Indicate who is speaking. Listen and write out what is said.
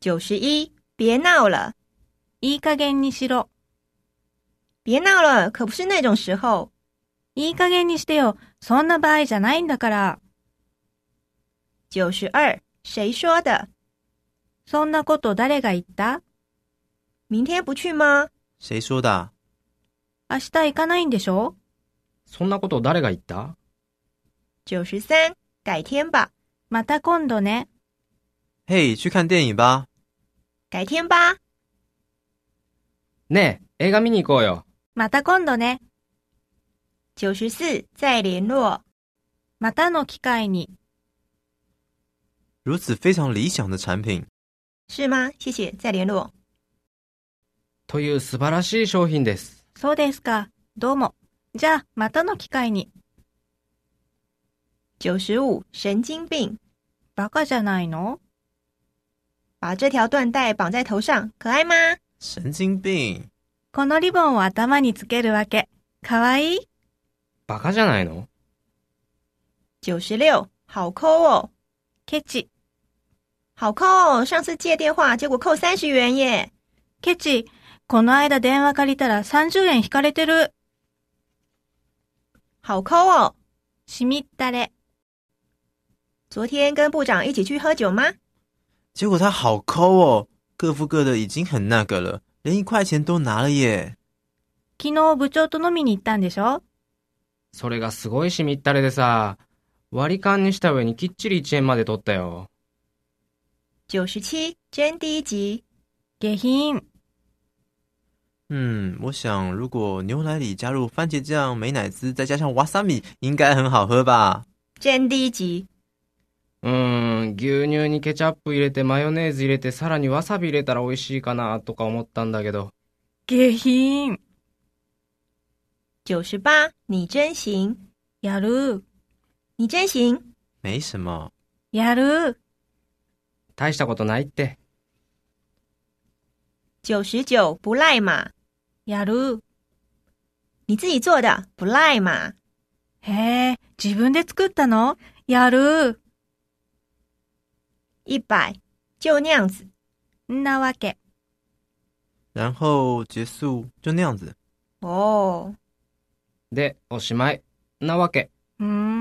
Speaker 1: 九十一，别闹了，
Speaker 2: いい加減にしろ。
Speaker 1: 别闹了，可不是那种时候。
Speaker 2: いい加減にしてよ。そんな場合じゃないんだから。
Speaker 1: 九十二，谁说的？
Speaker 2: そんなこと誰が言った
Speaker 1: 明天不去吗？
Speaker 3: 谁说的啊？
Speaker 2: 明日行かないんでしょ
Speaker 4: そんなこと誰が言った
Speaker 1: 九十三，改天吧，
Speaker 2: また今度ね。
Speaker 3: 嘿，去看电影吧。
Speaker 1: 改天吧，
Speaker 4: ねえ、映画見に行こうよ。
Speaker 2: また今度ね。
Speaker 1: 九十四，再联络，
Speaker 2: またの機会に。
Speaker 3: 如此非常理想的产品，
Speaker 1: 是吗？谢谢，再联络。
Speaker 4: という素晴らしい商品です。
Speaker 2: そうですか。どうも。じゃあ、またの機会に。
Speaker 1: 九十五，神经病，
Speaker 2: バカじゃないの
Speaker 1: 把这条缎带绑在头上，可爱吗？
Speaker 3: 神经病！
Speaker 2: このリボンを頭につけるわけ。かわいい
Speaker 4: バカじゃないの
Speaker 1: 九十六，好抠哦，
Speaker 2: ケチ。
Speaker 1: 好抠哦！上次借电话，结果扣三十元耶。
Speaker 2: ケチ。この間電話借りたら30円引かれてる。
Speaker 1: 好抠哦！
Speaker 2: しみったれ。
Speaker 1: 昨天跟部长一起去喝酒吗？
Speaker 3: 结果他好抠哦，各付各的，已经很那个了，连一块钱都拿了耶。
Speaker 2: 昨日部長と飲みに行ったんでしょ
Speaker 4: それがすごいしみったれでさ、割り勘にした上にきっちり1円まで取ったよ。
Speaker 1: 九十七，真低级。
Speaker 2: 下品。
Speaker 3: 嗯，我想如果牛奶里加入番茄酱、美乃滋，再加上瓦萨米，应该很好喝吧？
Speaker 1: 真低级，
Speaker 4: うーん、牛乳にケチャップ入れてマヨネーズ入れてさらにわさび入れたら美味しいかなとか思ったんだけど。
Speaker 2: 下品。
Speaker 1: 九十八，你真行，
Speaker 2: やる。
Speaker 1: 你真行。
Speaker 3: 没什么。
Speaker 2: やる。
Speaker 4: 大したことないって。
Speaker 1: 九十九，不赖嘛，
Speaker 2: やる。
Speaker 1: 你自己做的不赖嘛。
Speaker 2: へえ、自分で作ったのやる。
Speaker 1: 一百，就那样子。
Speaker 2: んなわけ。
Speaker 3: 然后结束就那样子。
Speaker 1: 哦，
Speaker 4: で、おしまい。なわけ。
Speaker 2: うーん。